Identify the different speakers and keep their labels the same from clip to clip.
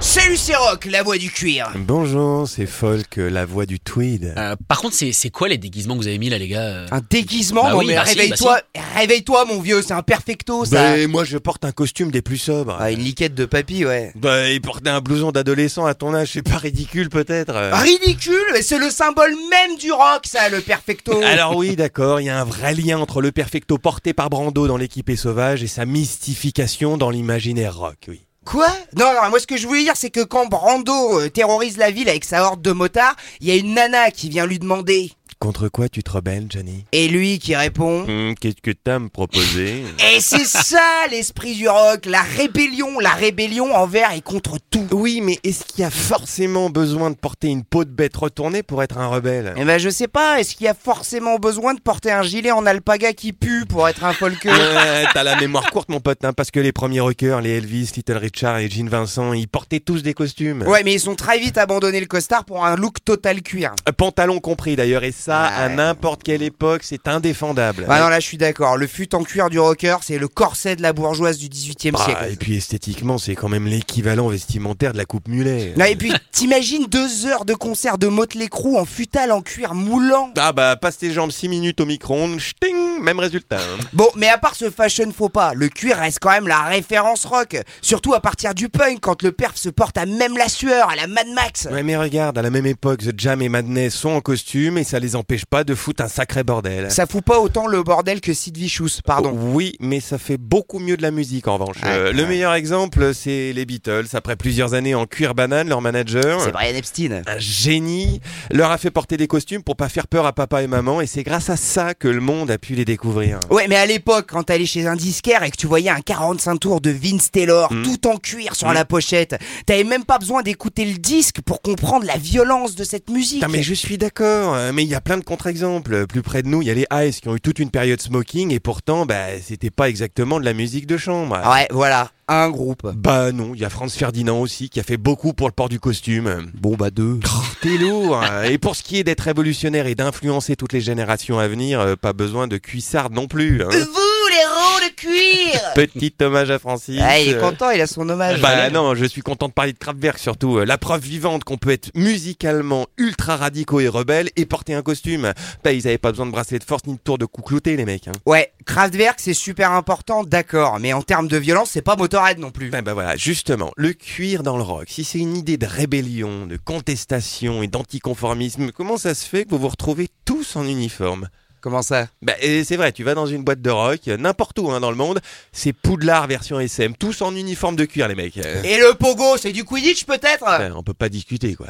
Speaker 1: Salut, c'est Rock, la voix du cuir.
Speaker 2: Bonjour, c'est Folk, euh, la voix du tweed.
Speaker 3: Euh, par contre, c'est c'est quoi les déguisements que vous avez mis là, les gars euh
Speaker 1: Un déguisement,
Speaker 3: Bah
Speaker 1: non
Speaker 3: oui,
Speaker 1: mais
Speaker 3: bah si,
Speaker 1: réveille-toi, réveille-toi mon vieux, c'est un perfecto ça.
Speaker 2: Ben, moi, je porte un costume des plus sobres.
Speaker 1: Ah, une liquette de papy, ouais.
Speaker 2: Ben, et porter un blouson d'adolescent à ton âge, c'est pas ridicule, peut-être euh.
Speaker 1: Ridicule, mais c'est le symbole même du rock ça, le perfecto.
Speaker 2: Alors oui, d'accord, il y a un vrai lien entre le perfecto porté par Brando dans l'équipée sauvage et sa mystification dans l'imaginaire rock, oui.
Speaker 1: Quoi Non, non, moi ce que je voulais dire c'est que quand Brando euh, terrorise la ville avec sa horde de motards, il y a une nana qui vient lui demander.
Speaker 2: Contre quoi tu te rebelles, Johnny
Speaker 1: Et lui qui répond...
Speaker 2: Hmm, Qu'est-ce que t'as à me proposer
Speaker 1: Et c'est ça l'esprit du rock, la rébellion, la rébellion envers et contre tout.
Speaker 2: Oui, mais est-ce qu'il y a forcément besoin de porter une peau de bête retournée pour être un rebelle
Speaker 1: Eh ben je sais pas, est-ce qu'il y a forcément besoin de porter un gilet en alpaga qui pue pour être un folk
Speaker 2: Ouais, euh, T'as la mémoire courte, mon pote, hein, parce que les premiers rockers, les Elvis, Little Richard et Gene Vincent, ils portaient tous des costumes.
Speaker 1: Ouais, mais ils ont très vite abandonné le costard pour un look total cuir.
Speaker 2: Euh, Pantalon compris d'ailleurs, et ça, à
Speaker 1: Ouais.
Speaker 2: n'importe quelle époque, c'est indéfendable.
Speaker 1: Ah non, là je suis d'accord, le fut en cuir du rocker, c'est le corset de la bourgeoise du 18 e
Speaker 2: Bah,
Speaker 1: siècle.
Speaker 2: et puis esthétiquement, c'est quand même l'équivalent vestimentaire de la coupe mulet.
Speaker 1: Non, et puis t'imagines deux heures de concert de Motley Crue en futal en cuir moulant.
Speaker 2: Ah bah, passe tes jambes 6 minutes au micro-ondes, ch'ting, même résultat. hein.
Speaker 1: Bon, mais à part ce fashion faux pas, le cuir reste quand même la référence rock. Surtout à partir du punk, quand le perf se porte à même la sueur, à la Mad Max.
Speaker 2: Ouais, mais regarde, à la même époque, The Jam et Madness sont en costume et ça les empêche pas de foutre un sacré bordel.
Speaker 1: Ça fout pas autant le bordel que Sid Vicious, pardon.
Speaker 2: Oh, Oui, mais ça fait beaucoup mieux de la musique en revanche.
Speaker 1: Ah Ouais,
Speaker 2: Euh,
Speaker 1: ouais.
Speaker 2: Le meilleur exemple, c'est les Beatles. Après plusieurs années en cuir banane, leur manager,
Speaker 1: C'est Brian Epstein.
Speaker 2: un génie, leur a fait porter des costumes pour pas faire peur à papa et maman. Et c'est grâce à ça que le monde a pu les découvrir.
Speaker 1: Ouais, mais à l'époque, quand t'allais chez un disquaire et que tu voyais un 45 tours de Vince Taylor,
Speaker 2: Mm.
Speaker 1: tout en cuir sur la pochette, t'avais même pas besoin d'écouter le disque pour comprendre la violence de cette musique.
Speaker 2: Putain, mais je suis d'accord, euh, mais il y a plein de contre-exemples. Plus près de nous, il y a les Ice qui ont eu toute une période smoking et pourtant, bah, c'était pas exactement de la musique de chambre.
Speaker 1: Ah Ouais, voilà, un groupe.
Speaker 2: Bah non, il y a Franz Ferdinand aussi qui a fait beaucoup pour le port du costume. Bon bah deux. T'es lourd. hein. et pour ce qui est d'être révolutionnaire et d'influencer toutes les générations à venir, euh, pas besoin de cuissard non plus. hein.
Speaker 1: Vous, les ronds de cuir
Speaker 2: Petit hommage à Francis.
Speaker 1: Ah, il est
Speaker 2: Euh,
Speaker 1: content, il a son hommage.
Speaker 2: Bah non, je suis content de parler de Kraftwerk surtout. Euh, La preuve vivante qu'on peut être musicalement ultra radicaux et rebelles et porter un costume. Bah ils avaient pas besoin de bracelet de force ni de tour de cou clouté les mecs. Hein.
Speaker 1: Ouais, Kraftwerk, c'est super important, d'accord, mais en termes de violence, c'est pas Motorhead non plus.
Speaker 2: Ben ben voilà, justement, le cuir dans le rock, si c'est une idée de rébellion, de contestation et d'anticonformisme, comment ça se fait que vous vous retrouvez tous en uniforme
Speaker 1: Comment ça
Speaker 2: Ben et c'est vrai, tu vas dans une boîte de rock, euh, n'importe où hein, dans le monde, c'est Poudlard version SM, tous en uniforme de cuir les mecs. Euh,
Speaker 1: Et le pogo, c'est du Quidditch peut-être
Speaker 2: ben, on peut pas discuter quoi.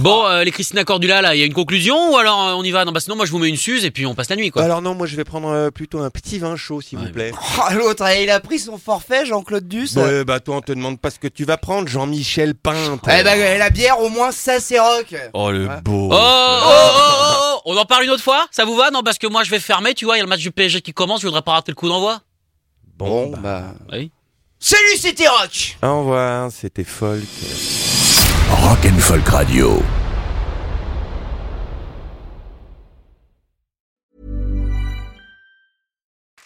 Speaker 3: Bon, euh, les Christina Cordula, là, il y a une conclusion ou alors euh, on y va Non, bah sinon moi je vous mets une suze et puis on passe la nuit, quoi.
Speaker 2: Alors non, moi je vais prendre euh, plutôt un petit vin chaud s'il
Speaker 3: Ouais,
Speaker 2: vous plaît.
Speaker 1: Oh, l'autre, il a pris son forfait, Jean-Claude Duss.
Speaker 2: Ouais, bah toi on te demande pas ce que tu vas prendre, Jean-Michel Pinte.
Speaker 1: Eh ben, la bière, au moins, ça, c'est rock.
Speaker 2: Oh le
Speaker 1: Ouais.
Speaker 2: beau.
Speaker 3: bah, Oh, oh, oh, oh, oh, On en parle une autre fois Ça vous va Non, parce que moi je vais fermer, tu vois, il y a le match du PSG qui commence, je voudrais pas rater le coup d'envoi.
Speaker 2: Bon, bah,
Speaker 3: Oui.
Speaker 1: Salut, c'était Rock
Speaker 2: au revoir, c'était folk.
Speaker 4: Rock'n'Folk Radio.